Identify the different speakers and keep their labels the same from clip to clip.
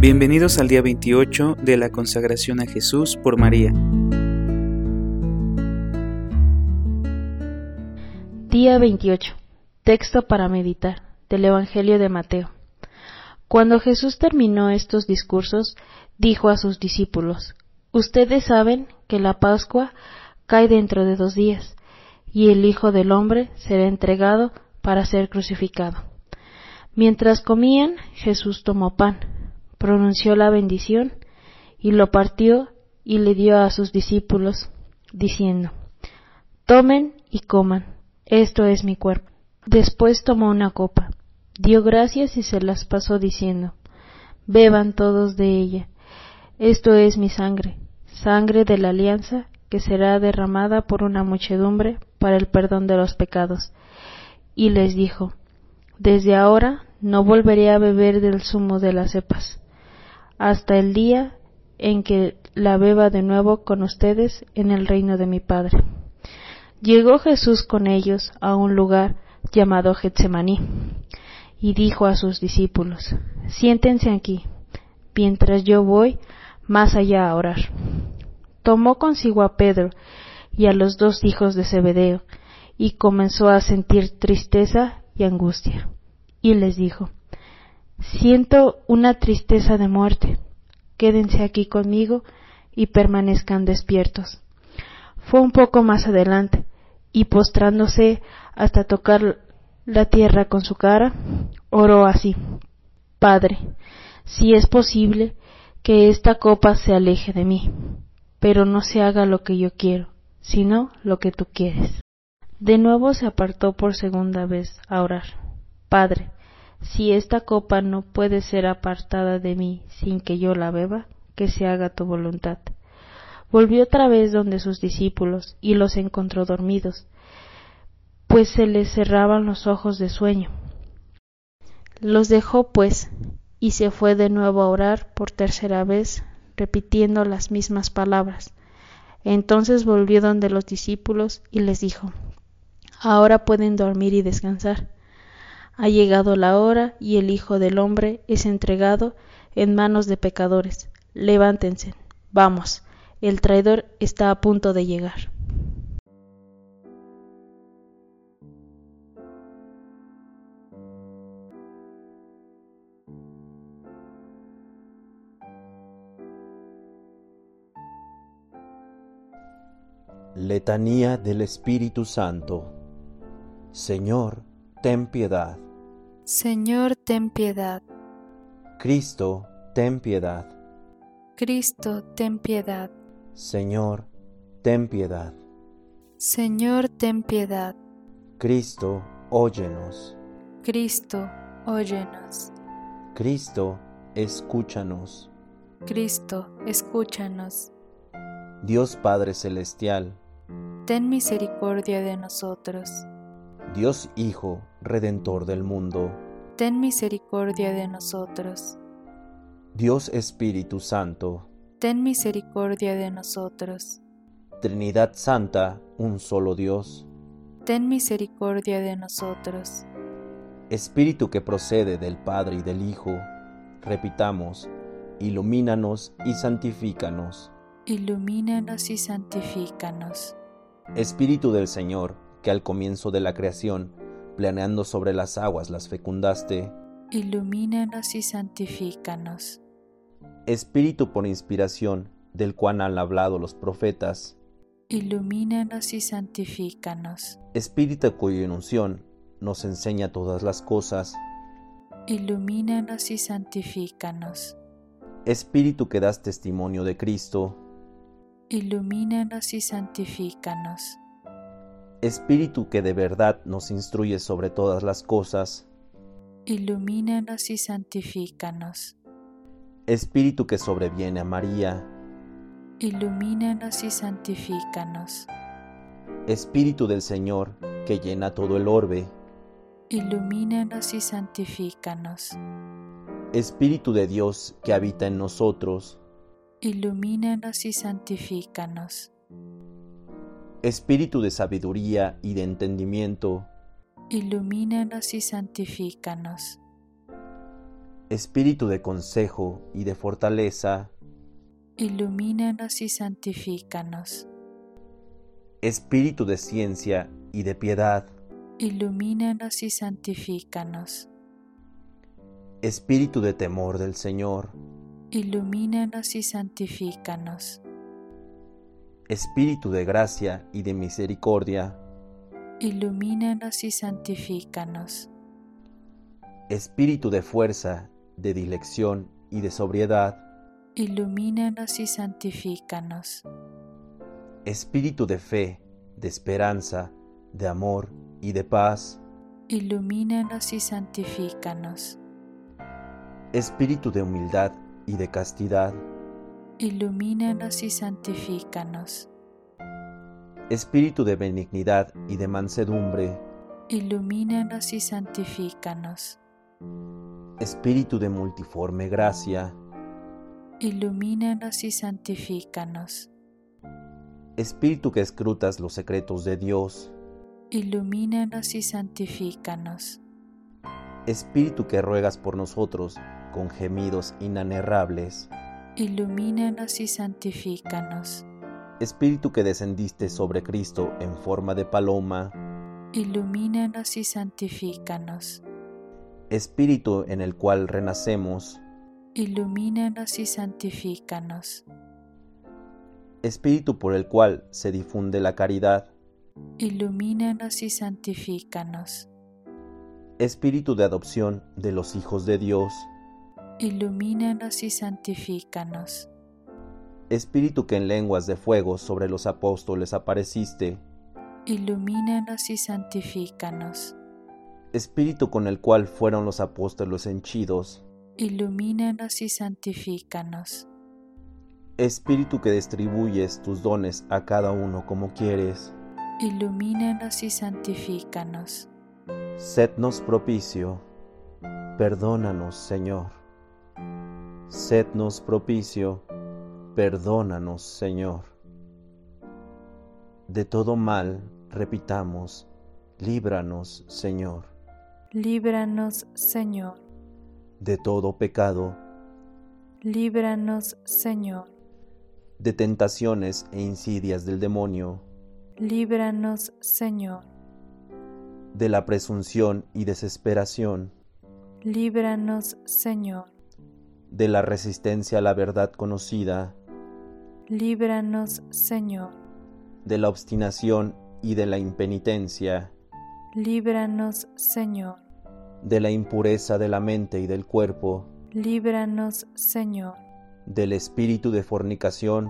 Speaker 1: Bienvenidos al día 28 de la consagración a Jesús por María.
Speaker 2: Día 28. Texto para meditar del Evangelio de Mateo. Cuando Jesús terminó estos discursos, dijo a sus discípulos, Ustedes saben que la Pascua cae dentro de dos días, y el Hijo del Hombre será entregado para ser crucificado. Mientras comían, Jesús tomó pan, pronunció la bendición, y lo partió y le dio a sus discípulos, diciendo, Tomen y coman, esto es mi cuerpo. Después tomó una copa, dio gracias y se las pasó diciendo, Beban todos de ella, esto es mi sangre, sangre de la alianza que será derramada por una muchedumbre para el perdón de los pecados. Y les dijo, Desde ahora no volveré a beber del zumo de las cepas, hasta el día en que la beba de nuevo con ustedes en el reino de mi Padre. Llegó Jesús con ellos a un lugar llamado Getsemaní, y dijo a sus discípulos, Siéntense aquí, mientras yo voy más allá a orar. Tomó consigo a Pedro y a los dos hijos de Zebedeo, y comenzó a sentir tristeza y angustia. Y les dijo, Siento una tristeza de muerte, quédense aquí conmigo y permanezcan despiertos. Fue un poco más adelante, y postrándose hasta tocar la tierra con su cara, oró así, Padre, si es posible, que esta copa se aleje de mí, pero no se haga lo que yo quiero, sino lo que tú quieres. De nuevo se apartó por segunda vez a orar. Padre, si esta copa no puede ser apartada de mí sin que yo la beba, que se haga tu voluntad. Volvió otra vez donde sus discípulos y los encontró dormidos, pues se les cerraban los ojos de sueño. Los dejó, pues, y se fue de nuevo a orar por tercera vez, repitiendo las mismas palabras. Entonces volvió donde los discípulos y les dijo, Ahora pueden dormir y descansar. Ha llegado la hora y el Hijo del Hombre es entregado en manos de pecadores. Levántense, vamos, el traidor está a punto de llegar.
Speaker 3: Letanía del Espíritu Santo. Señor, ten piedad.
Speaker 4: Señor, ten piedad.
Speaker 3: Cristo, ten piedad.
Speaker 4: Cristo, ten piedad.
Speaker 3: Señor, ten piedad.
Speaker 4: Señor, ten piedad.
Speaker 3: Cristo, óyenos.
Speaker 4: Cristo, óyenos.
Speaker 3: Cristo, escúchanos.
Speaker 4: Cristo, escúchanos.
Speaker 3: Dios Padre Celestial,
Speaker 4: Ten misericordia de nosotros.
Speaker 3: Dios Hijo, Redentor del mundo,
Speaker 4: Ten misericordia de nosotros.
Speaker 3: Dios Espíritu Santo,
Speaker 4: Ten misericordia de nosotros.
Speaker 3: Trinidad Santa, un solo Dios,
Speaker 4: Ten misericordia de nosotros.
Speaker 3: Espíritu que procede del Padre y del Hijo, repitamos, ilumínanos y santifícanos.
Speaker 4: Ilumínanos y santifícanos.
Speaker 3: Espíritu del Señor, que al comienzo de la creación, planeando sobre las aguas las fecundaste,
Speaker 4: Ilumínanos y santifícanos.
Speaker 3: Espíritu por inspiración, del cual han hablado los profetas,
Speaker 4: Ilumínanos y santifícanos.
Speaker 3: Espíritu cuya inunción nos enseña todas las cosas,
Speaker 4: Ilumínanos y santifícanos.
Speaker 3: Espíritu que das testimonio de Cristo,
Speaker 4: Ilumínanos y santifícanos.
Speaker 3: Espíritu que de verdad nos instruye sobre todas las cosas,
Speaker 4: Ilumínanos y santifícanos.
Speaker 3: Espíritu que sobreviene a María,
Speaker 4: Ilumínanos y santifícanos.
Speaker 3: Espíritu del Señor, que llena todo el orbe,
Speaker 4: Ilumínanos y santifícanos.
Speaker 3: Espíritu de Dios que habita en nosotros,
Speaker 4: Ilumínanos y santifícanos.
Speaker 3: Espíritu de sabiduría y de entendimiento,
Speaker 4: Ilumínanos y santifícanos.
Speaker 3: espíritu de consejo y de fortaleza,
Speaker 4: ilumínanos y santifícanos,
Speaker 3: espíritu de ciencia y de piedad,
Speaker 4: ilumínanos y santifícanos,
Speaker 3: espíritu de temor del Señor,
Speaker 4: ilumínanos y santifícanos,
Speaker 3: espíritu de gracia y de misericordia,
Speaker 4: ilumínanos y santifícanos,
Speaker 3: espíritu de fuerza, de dilección y de sobriedad,
Speaker 4: ilumínanos y santifícanos,
Speaker 3: espíritu de fe, de esperanza, de amor y de paz,
Speaker 4: ilumínanos y santifícanos,
Speaker 3: espíritu de humildad y de castidad,
Speaker 4: ilumínanos y santifícanos,
Speaker 3: espíritu de benignidad y de mansedumbre,
Speaker 4: ilumínanos y santifícanos,
Speaker 3: espíritu de multiforme gracia,
Speaker 4: ilumínanos y santifícanos,
Speaker 3: espíritu que escrutas los secretos de Dios,
Speaker 4: ilumínanos y santifícanos,
Speaker 3: espíritu que ruegas por nosotros con gemidos inanerrables,
Speaker 4: ilumínanos y santifícanos,
Speaker 3: espíritu que descendiste sobre Cristo en forma de paloma,
Speaker 4: ilumínanos y santifícanos,
Speaker 3: espíritu en el cual renacemos,
Speaker 4: ilumínanos y santifícanos,
Speaker 3: espíritu por el cual se difunde la caridad,
Speaker 4: ilumínanos y santifícanos,
Speaker 3: espíritu de adopción de los hijos de Dios,
Speaker 4: ilumínanos y santifícanos,
Speaker 3: espíritu que en lenguas de fuego sobre los apóstoles apareciste,
Speaker 4: ilumínanos y santifícanos,
Speaker 3: espíritu con el cual fueron los apóstoles henchidos,
Speaker 4: ilumínanos y santifícanos,
Speaker 3: espíritu que distribuyes tus dones a cada uno como quieres,
Speaker 4: ilumínanos y santifícanos,
Speaker 3: sednos propicio, perdónanos Señor, sednos propicio, perdónanos Señor. De todo mal, repitamos, líbranos Señor,
Speaker 4: líbranos Señor,
Speaker 3: de todo pecado,
Speaker 4: líbranos Señor,
Speaker 3: de tentaciones e insidias del demonio,
Speaker 4: líbranos Señor,
Speaker 3: de la presunción y desesperación,
Speaker 4: líbranos Señor,
Speaker 3: de la resistencia a la verdad conocida,
Speaker 4: líbranos Señor,
Speaker 3: de la obstinación y de la impenitencia,
Speaker 4: líbranos Señor,
Speaker 3: de la impureza de la mente y del cuerpo,
Speaker 4: líbranos Señor,
Speaker 3: del espíritu de fornicación,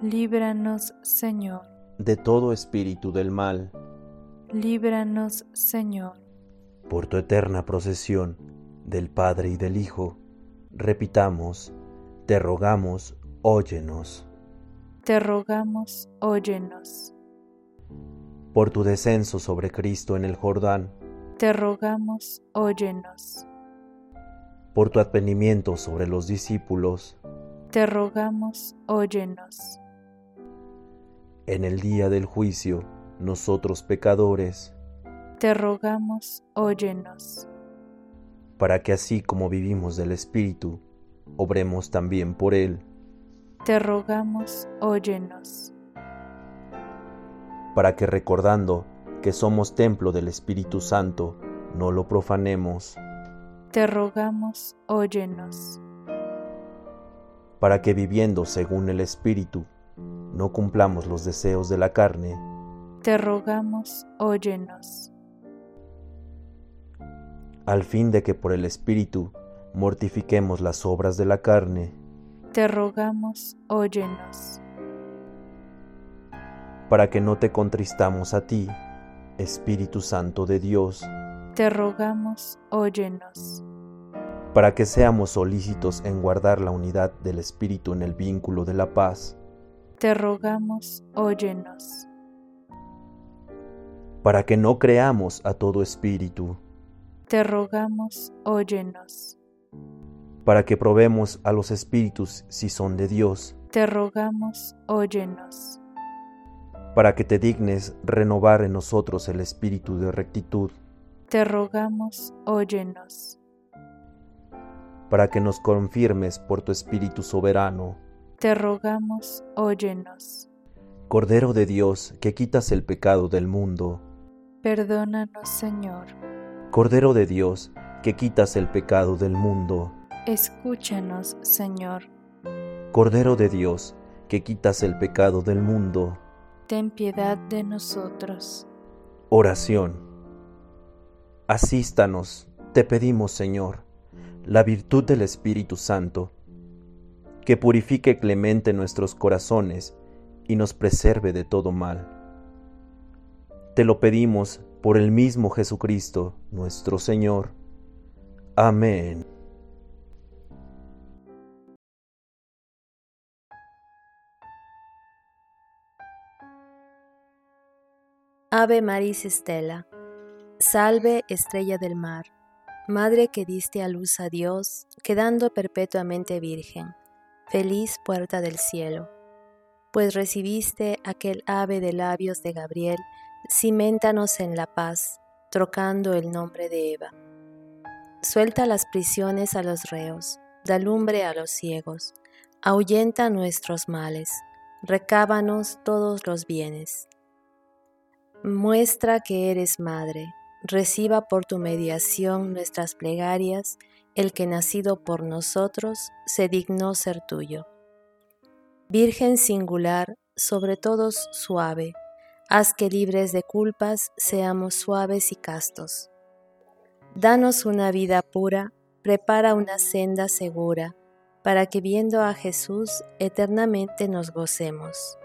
Speaker 4: líbranos Señor,
Speaker 3: de todo espíritu del mal,
Speaker 4: líbranos Señor,
Speaker 3: por tu eterna procesión del Padre y del Hijo, repitamos, te rogamos, óyenos,
Speaker 4: te rogamos, óyenos,
Speaker 3: por tu descenso sobre Cristo en el Jordán,
Speaker 4: te rogamos, óyenos,
Speaker 3: por tu advenimiento sobre los discípulos,
Speaker 4: te rogamos, óyenos,
Speaker 3: en el día del juicio, nosotros pecadores,
Speaker 4: te rogamos, óyenos,
Speaker 3: para que así como vivimos del Espíritu, obremos también por Él,
Speaker 4: te rogamos, óyenos,
Speaker 3: para que recordando que somos templo del Espíritu Santo, no lo profanemos,
Speaker 4: te rogamos, óyenos,
Speaker 3: para que viviendo según el Espíritu, no cumplamos los deseos de la carne,
Speaker 4: te rogamos, óyenos,
Speaker 3: al fin de que por el Espíritu mortifiquemos las obras de la carne,
Speaker 4: te rogamos, óyenos,
Speaker 3: para que no te contristamos a ti, Espíritu Santo de Dios,
Speaker 4: te rogamos, óyenos,
Speaker 3: para que seamos solícitos en guardar la unidad del Espíritu en el vínculo de la paz,
Speaker 4: te rogamos, óyenos,
Speaker 3: para que no creamos a todo espíritu,
Speaker 4: te rogamos, óyenos,
Speaker 3: para que probemos a los espíritus si son de Dios,
Speaker 4: te rogamos, óyenos,
Speaker 3: para que te dignes renovar en nosotros el espíritu de rectitud,
Speaker 4: te rogamos, óyenos,
Speaker 3: para que nos confirmes por tu Espíritu soberano.
Speaker 4: Te rogamos, óyenos.
Speaker 3: Cordero de Dios, que quitas el pecado del mundo.
Speaker 4: Perdónanos, Señor.
Speaker 3: Cordero de Dios, que quitas el pecado del mundo.
Speaker 4: Escúchanos, Señor.
Speaker 3: Cordero de Dios, que quitas el pecado del mundo.
Speaker 4: Ten piedad de nosotros.
Speaker 3: Oración. Asístanos, te pedimos, Señor, la virtud del Espíritu Santo, que purifique clemente nuestros corazones y nos preserve de todo mal. Te lo pedimos por el mismo Jesucristo, nuestro Señor. Amén.
Speaker 5: Ave Maris Estela, salve estrella del mar, madre que diste a luz a Dios, quedando perpetuamente virgen, feliz puerta del cielo, pues recibiste aquel ave de labios de Gabriel, cimentanos en la paz, trocando el nombre de Eva. Suelta las prisiones a los reos, da lumbre a los ciegos, ahuyenta nuestros males, recábanos todos los bienes muestra que eres madre. Reciba por tu mediación nuestras plegarias, el que nacido por nosotros se dignó ser tuyo. Virgen singular, sobre todos suave, haz que libres de culpas seamos suaves y castos. Danos una vida pura, prepara una senda segura, para que viendo a Jesús eternamente nos gocemos.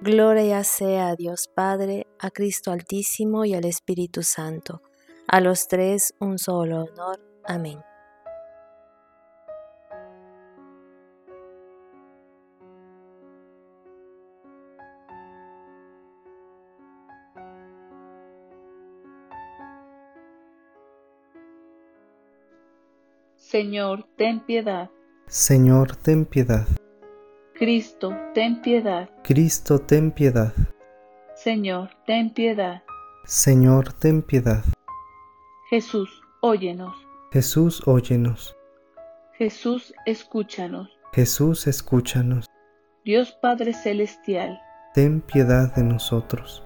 Speaker 5: Gloria sea a Dios Padre, a Cristo Altísimo y al Espíritu Santo, a los tres un solo honor. Amén.
Speaker 6: Señor, ten piedad.
Speaker 7: Señor, ten piedad.
Speaker 6: Cristo, ten piedad.
Speaker 7: Cristo, ten piedad.
Speaker 6: Señor, ten piedad.
Speaker 7: Señor, ten piedad.
Speaker 6: Jesús, óyenos.
Speaker 7: Jesús, óyenos.
Speaker 6: Jesús, escúchanos.
Speaker 7: Jesús, escúchanos.
Speaker 6: Dios Padre Celestial,
Speaker 7: Ten piedad de nosotros.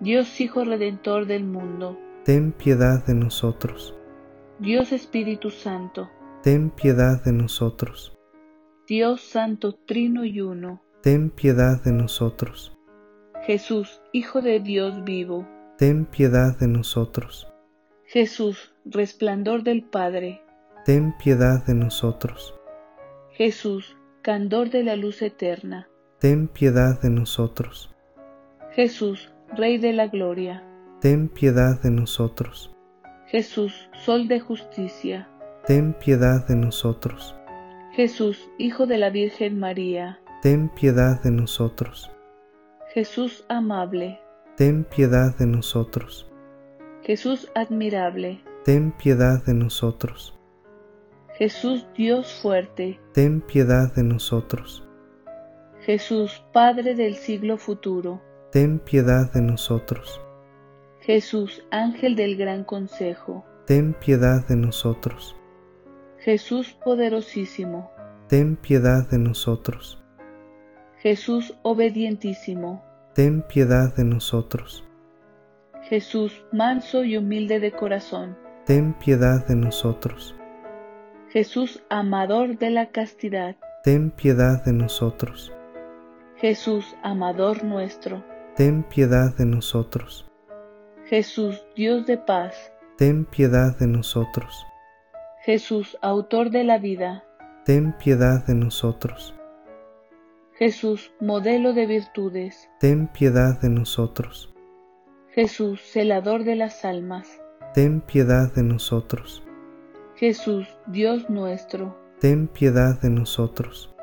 Speaker 6: Dios Hijo Redentor del mundo,
Speaker 7: Ten piedad de nosotros.
Speaker 6: Dios Espíritu Santo,
Speaker 7: Ten piedad de nosotros.
Speaker 6: Dios Santo Trino y Uno,
Speaker 7: Ten piedad de nosotros.
Speaker 6: Jesús, Hijo de Dios vivo,
Speaker 7: Ten piedad de nosotros.
Speaker 6: Jesús, resplandor del Padre,
Speaker 7: Ten piedad de nosotros.
Speaker 6: Jesús, candor de la luz eterna,
Speaker 7: Ten piedad de nosotros.
Speaker 6: Jesús, Rey de la gloria,
Speaker 7: Ten piedad de nosotros.
Speaker 6: Jesús, Sol de justicia,
Speaker 7: Ten piedad de nosotros.
Speaker 6: Jesús, Hijo de la Virgen María,
Speaker 7: Ten piedad de nosotros.
Speaker 6: Jesús amable,
Speaker 7: Ten piedad de nosotros.
Speaker 6: Jesús admirable,
Speaker 7: Ten piedad de nosotros.
Speaker 6: Jesús Dios fuerte,
Speaker 7: Ten piedad de nosotros.
Speaker 6: Jesús Padre del siglo futuro,
Speaker 7: Ten piedad de nosotros.
Speaker 6: Jesús Ángel del Gran Consejo,
Speaker 7: Ten piedad de nosotros.
Speaker 6: Jesús poderosísimo,
Speaker 7: Ten piedad de nosotros.
Speaker 6: Jesús obedientísimo,
Speaker 7: Ten piedad de nosotros.
Speaker 6: Jesús manso y humilde de corazón,
Speaker 7: Ten piedad de nosotros.
Speaker 6: Jesús amador de la castidad,
Speaker 7: Ten piedad de nosotros.
Speaker 6: Jesús amador nuestro,
Speaker 7: Ten piedad de nosotros.
Speaker 6: Jesús Dios de paz,
Speaker 7: Ten piedad de nosotros.
Speaker 6: Jesús autor de la vida,
Speaker 7: Ten piedad de nosotros.
Speaker 6: Jesús modelo de virtudes,
Speaker 7: Ten piedad de nosotros.
Speaker 6: Jesús celador de las almas,
Speaker 7: Ten piedad de nosotros.
Speaker 6: Jesús Dios nuestro,
Speaker 7: Ten piedad de nosotros.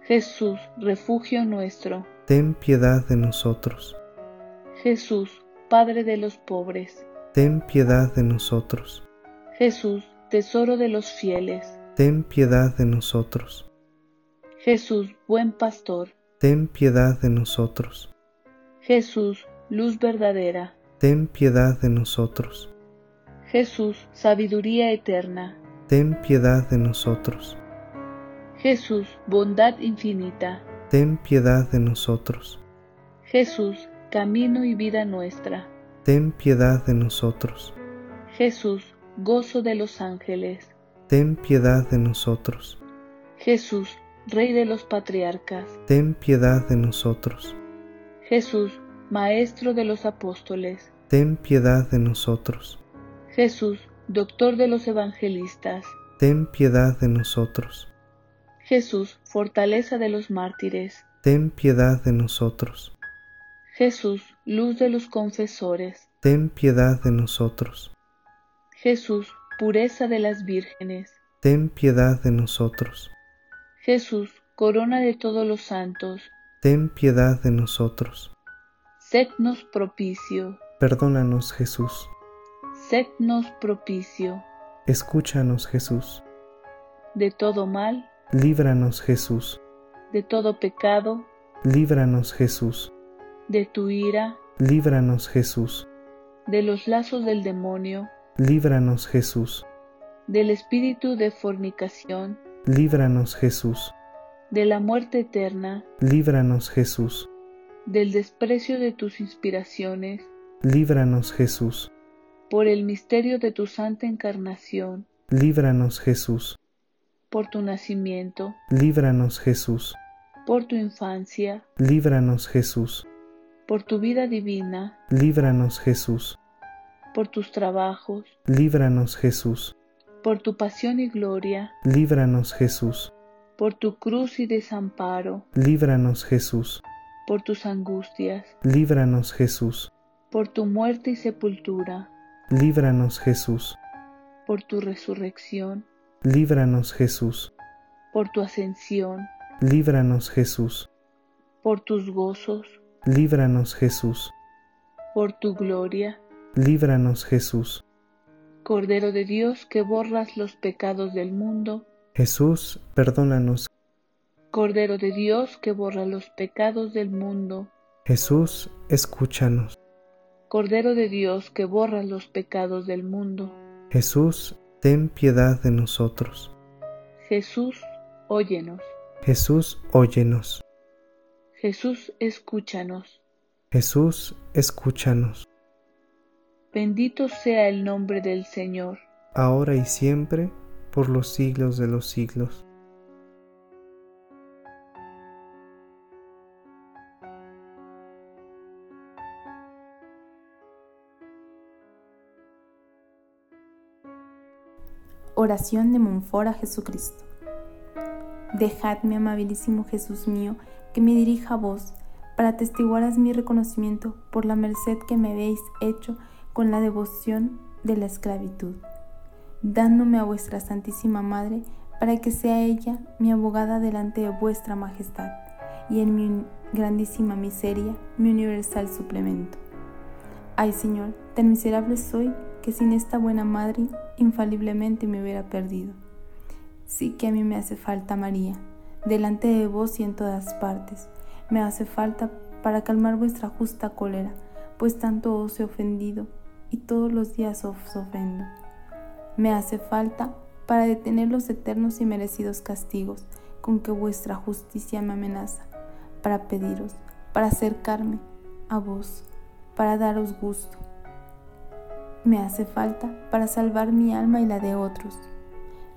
Speaker 6: Jesús refugio nuestro,
Speaker 7: Ten piedad de nosotros.
Speaker 6: Jesús Padre de los pobres,
Speaker 7: Ten piedad de nosotros.
Speaker 6: Jesús tesoro de los fieles,
Speaker 7: Ten piedad de nosotros.
Speaker 6: Jesús buen pastor,
Speaker 7: Ten piedad de nosotros.
Speaker 6: Jesús luz verdadera,
Speaker 7: Ten piedad de nosotros.
Speaker 6: Jesús sabiduría eterna,
Speaker 7: ten piedad de nosotros,
Speaker 6: Jesús, bondad infinita.
Speaker 7: ten piedad de nosotros,
Speaker 6: Jesús, camino y vida nuestra.
Speaker 7: ten piedad de nosotros,
Speaker 6: Jesús, gozo de los ángeles.
Speaker 7: ten piedad de nosotros,
Speaker 6: Jesús, Rey de los patriarcas.
Speaker 7: ten piedad de nosotros,
Speaker 6: Jesús, Maestro de los apóstoles.
Speaker 7: ten piedad de nosotros,
Speaker 6: Jesús, Doctor de los evangelistas.
Speaker 7: ten piedad de nosotros,
Speaker 6: Jesús, Fortaleza de los mártires.
Speaker 7: ten piedad de nosotros,
Speaker 6: Jesús, Luz de los confesores.
Speaker 7: ten piedad de nosotros,
Speaker 6: Jesús, Pureza de las vírgenes.
Speaker 7: ten piedad de nosotros,
Speaker 6: Jesús, Corona de todos los santos.
Speaker 7: ten piedad de nosotros,
Speaker 6: Sednos propicio.
Speaker 7: perdónanos Jesús,
Speaker 6: Sednos propicio.
Speaker 7: escúchanos Jesús,
Speaker 6: De todo mal,
Speaker 7: líbranos Jesús,
Speaker 6: de todo pecado,
Speaker 7: líbranos Jesús,
Speaker 6: de tu ira,
Speaker 7: líbranos Jesús,
Speaker 6: de los lazos del demonio,
Speaker 7: líbranos Jesús,
Speaker 6: del espíritu de fornicación,
Speaker 7: líbranos Jesús,
Speaker 6: de la muerte eterna,
Speaker 7: líbranos Jesús,
Speaker 6: del desprecio de tus inspiraciones,
Speaker 7: líbranos Jesús,
Speaker 6: por el misterio de tu santa encarnación,
Speaker 7: líbranos Jesús,
Speaker 6: por tu nacimiento,
Speaker 7: líbranos Jesús,
Speaker 6: por tu infancia,
Speaker 7: líbranos Jesús,
Speaker 6: por tu vida divina,
Speaker 7: líbranos Jesús,
Speaker 6: por tus trabajos,
Speaker 7: líbranos Jesús,
Speaker 6: por tu pasión y gloria,
Speaker 7: líbranos Jesús,
Speaker 6: por tu cruz y desamparo,
Speaker 7: líbranos Jesús,
Speaker 6: por tus angustias,
Speaker 7: líbranos Jesús,
Speaker 6: por tu muerte y sepultura,
Speaker 7: líbranos Jesús,
Speaker 6: por tu resurrección,
Speaker 7: líbranos Jesús,
Speaker 6: por tu ascensión,
Speaker 7: líbranos Jesús,
Speaker 6: por tus gozos,
Speaker 7: líbranos Jesús,
Speaker 6: por tu gloria,
Speaker 7: líbranos Jesús.
Speaker 6: Cordero de Dios que borras los pecados del mundo,
Speaker 7: Jesús, perdónanos.
Speaker 6: Cordero de Dios que borra los pecados del mundo,
Speaker 7: Jesús, escúchanos.
Speaker 6: Cordero de Dios que borra los pecados del mundo,
Speaker 7: Jesús, ten piedad de nosotros.
Speaker 6: Jesús, óyenos,
Speaker 7: Jesús, óyenos.
Speaker 6: Jesús, escúchanos,
Speaker 7: Jesús, escúchanos.
Speaker 6: bendito sea el nombre del Señor.
Speaker 7: Ahora y siempre, por los siglos de los siglos.
Speaker 8: Oración de Monfort a Jesucristo. Dejadme, amabilísimo Jesús mío, que me dirija a vos, para atestiguaras mi reconocimiento por la merced que me habéis hecho con la devoción de la esclavitud, dándome a vuestra Santísima Madre, para que sea ella mi abogada delante de vuestra majestad, y en mi grandísima miseria, mi universal suplemento. Ay Señor, tan miserable soy que sin esta buena madre infaliblemente me hubiera perdido. Sí que a mí me hace falta María, delante de vos y en todas partes. Me hace falta para calmar vuestra justa cólera, pues tanto os he ofendido y todos los días os ofendo. Me hace falta para detener los eternos y merecidos castigos con que vuestra justicia me amenaza, para pediros, para acercarme a vos, para daros gusto. Me hace falta para salvar mi alma y la de otros.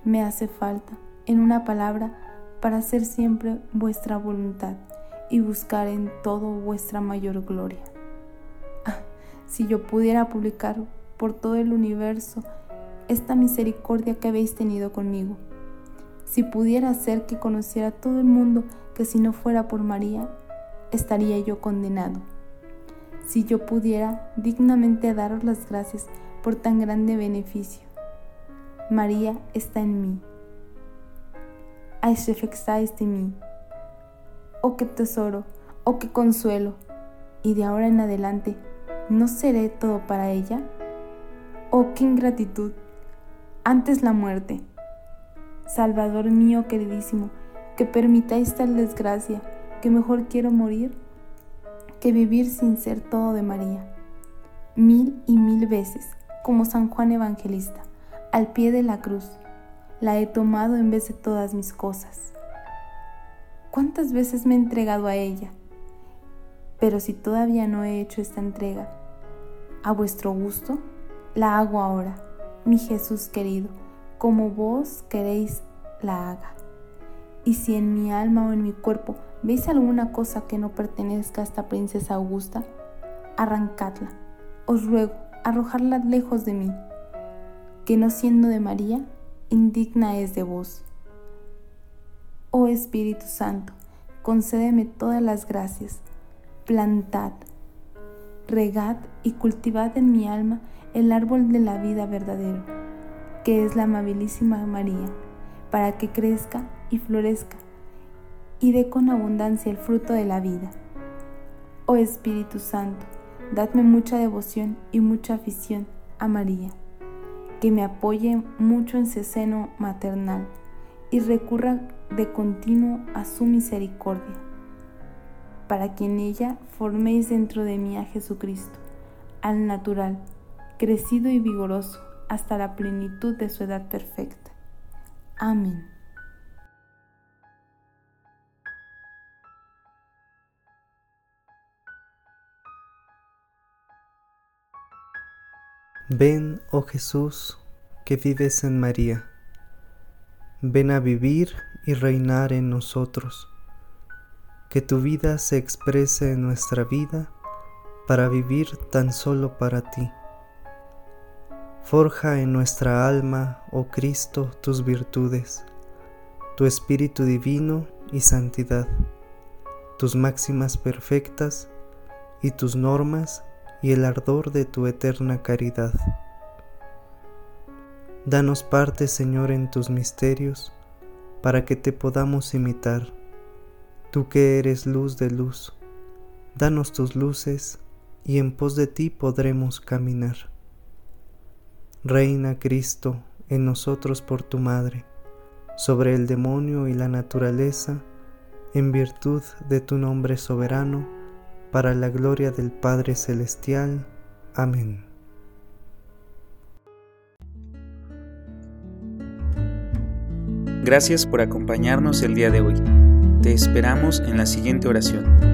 Speaker 8: Me hace falta, en una palabra, para hacer siempre vuestra voluntad y buscar en todo vuestra mayor gloria. Ah, si yo pudiera publicar por todo el universo esta misericordia que habéis tenido conmigo. Si pudiera hacer que conociera todo el mundo que si no fuera por María, estaría yo condenado. Si yo pudiera dignamente daros las gracias por tan grande beneficio. María está en mí. Aishefexáis de mí. Oh, qué tesoro, oh, qué consuelo. Y de ahora en adelante, ¿no seré todo para ella? Oh, qué ingratitud. Antes la muerte. Salvador mío queridísimo, que permitáis tal desgracia, que mejor quiero morir que vivir sin ser todo de María. Mil y mil veces, como San Juan Evangelista, al pie de la cruz, la he tomado en vez de todas mis cosas. ¿Cuántas veces me he entregado a ella? Pero si todavía no he hecho esta entrega, a vuestro gusto, la hago ahora, mi Jesús querido, como vos queréis la haga. Y si en mi alma o en mi cuerpo veis alguna cosa que no pertenezca a esta princesa augusta, arrancadla. Os ruego, arrojadla lejos de mí, que no siendo de María, indigna es de vos. Oh Espíritu Santo, concédeme todas las gracias. Plantad, regad y cultivad en mi alma el árbol de la vida verdadero, que es la amabilísima María, para que crezca y florezca y dé con abundancia el fruto de la vida. Oh Espíritu Santo, dadme mucha devoción y mucha afición a María, que me apoye mucho en su seno maternal y recurra de continuo a su misericordia, para que en ella forméis dentro de mí a Jesucristo, al natural, crecido y vigoroso hasta la plenitud de su edad perfecta. Amén.
Speaker 9: Ven, oh Jesús, que vives en María. Ven a vivir y reinar en nosotros. Que tu vida se exprese en nuestra vida para vivir tan solo para ti. Forja en nuestra alma, oh Cristo, tus virtudes, tu Espíritu Divino y santidad, tus máximas perfectas y tus normas y el ardor de tu eterna caridad. Danos parte, Señor, en tus misterios, para que te podamos imitar. Tú que eres luz de luz, danos tus luces, y en pos de ti podremos caminar. Reina Cristo en nosotros por tu Madre, sobre el demonio y la naturaleza, en virtud de tu nombre soberano, para la gloria del Padre Celestial. Amén.
Speaker 1: Gracias por acompañarnos el día de hoy. Te esperamos en la siguiente oración.